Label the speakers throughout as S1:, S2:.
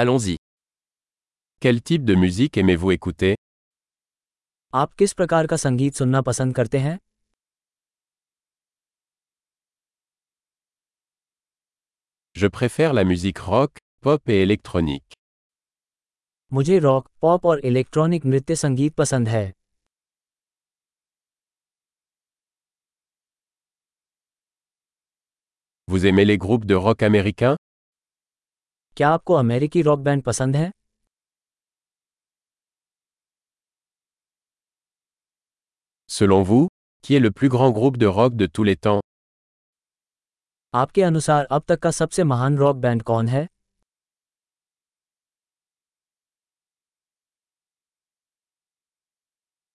S1: Allons-y. Quel type de musique aimez-vous écouter
S2: आप किस प्रकार का संगीत सुनना पसंद करते हैं
S1: Je préfère la musique rock, pop et électronique.
S2: मुझे रॉक पॉप और इलेक्ट्रॉनिक नृत्य संगीत पसंद है
S1: Vous aimez les groupes de rock américains
S2: क्या आपको अमेरिकी रॉक बैंड पसंद है
S1: Selon vous, qui est le plus grand groupe de rock de tous les temps
S2: आपके अनुसार अब तक का सबसे महान रॉक बैंड कौन है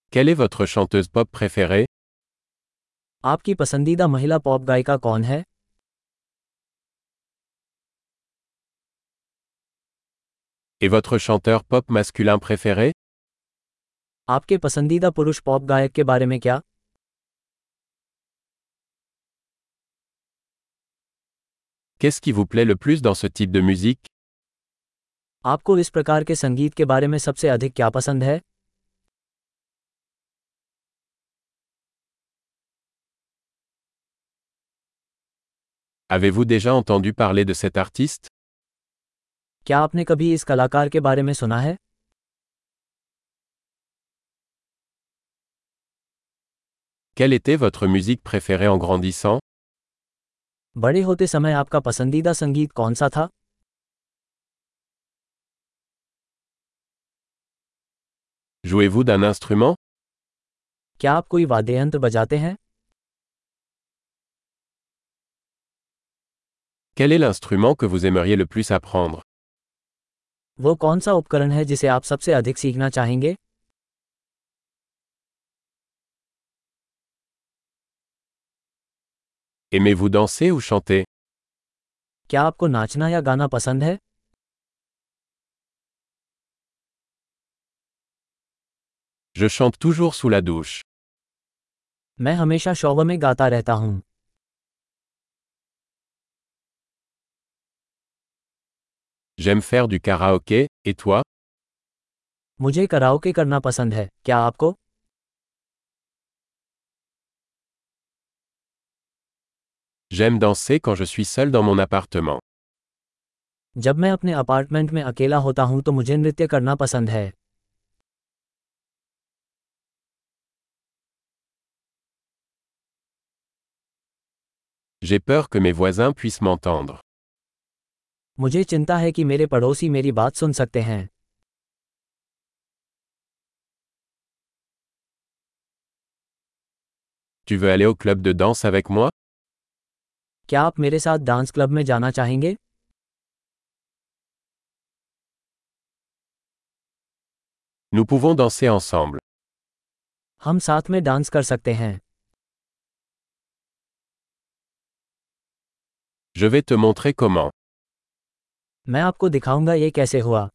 S1: Quelle est votre chanteuse pop préférée
S2: आपकी पसंदीदा महिला पॉप गायिका कौन है
S1: Et votre chanteur pop masculin préféré
S2: आपके पसंदीदा पुरुष पॉप गायक के बारे में क्या
S1: Qu'est-ce qui vous plaît le plus dans ce type de musique
S2: आपको इस प्रकार के संगीत के बारे में सबसे अधिक क्या पसंद है
S1: Avez-vous déjà entendu parler de cet artiste
S2: क्या आपने कभी इस कलाकार के बारे में सुना है
S1: Quelle était votre musique préférée en grandissant
S2: बड़े होते समय आपका पसंदीदा संगीत कौन सा था
S1: Jouez-vous d'un instrument
S2: क्या आप कोई वाद्य यंत्र बजाते हैं
S1: Quel est l'instrument que vous aimeriez le plus apprendre
S2: वो कौन सा उपकरण है जिसे आप सबसे अधिक सीखना चाहेंगे
S1: Aimez-vous danser ou chanter
S2: क्या आपको नाचना या गाना पसंद है
S1: Je chante toujours sous la douche.
S2: मैं हमेशा शौव में गाता रहता हूँ
S1: J'aime faire du karaoké, et toi
S2: मुझे कराओके करना पसंद है क्या आपको
S1: J'aime danser quand je suis seul dans mon appartement.
S2: जब मैं अपने अपार्टमेंट में अकेला होता हूँ तो मुझे नृत्य करना पसंद है
S1: J'ai peur que mes voisins puissent m'entendre.
S2: मुझे चिंता है कि मेरे पड़ोसी मेरी बात सुन सकते हैं
S1: Tu veux aller au club de danse avec moi
S2: क्या आप मेरे साथ डांस क्लब में जाना चाहेंगे
S1: Nous pouvons danser ensemble.
S2: हम साथ में डांस कर सकते हैं
S1: Je vais te montrer comment.
S2: मैं आपको दिखाऊंगा ये कैसे हुआ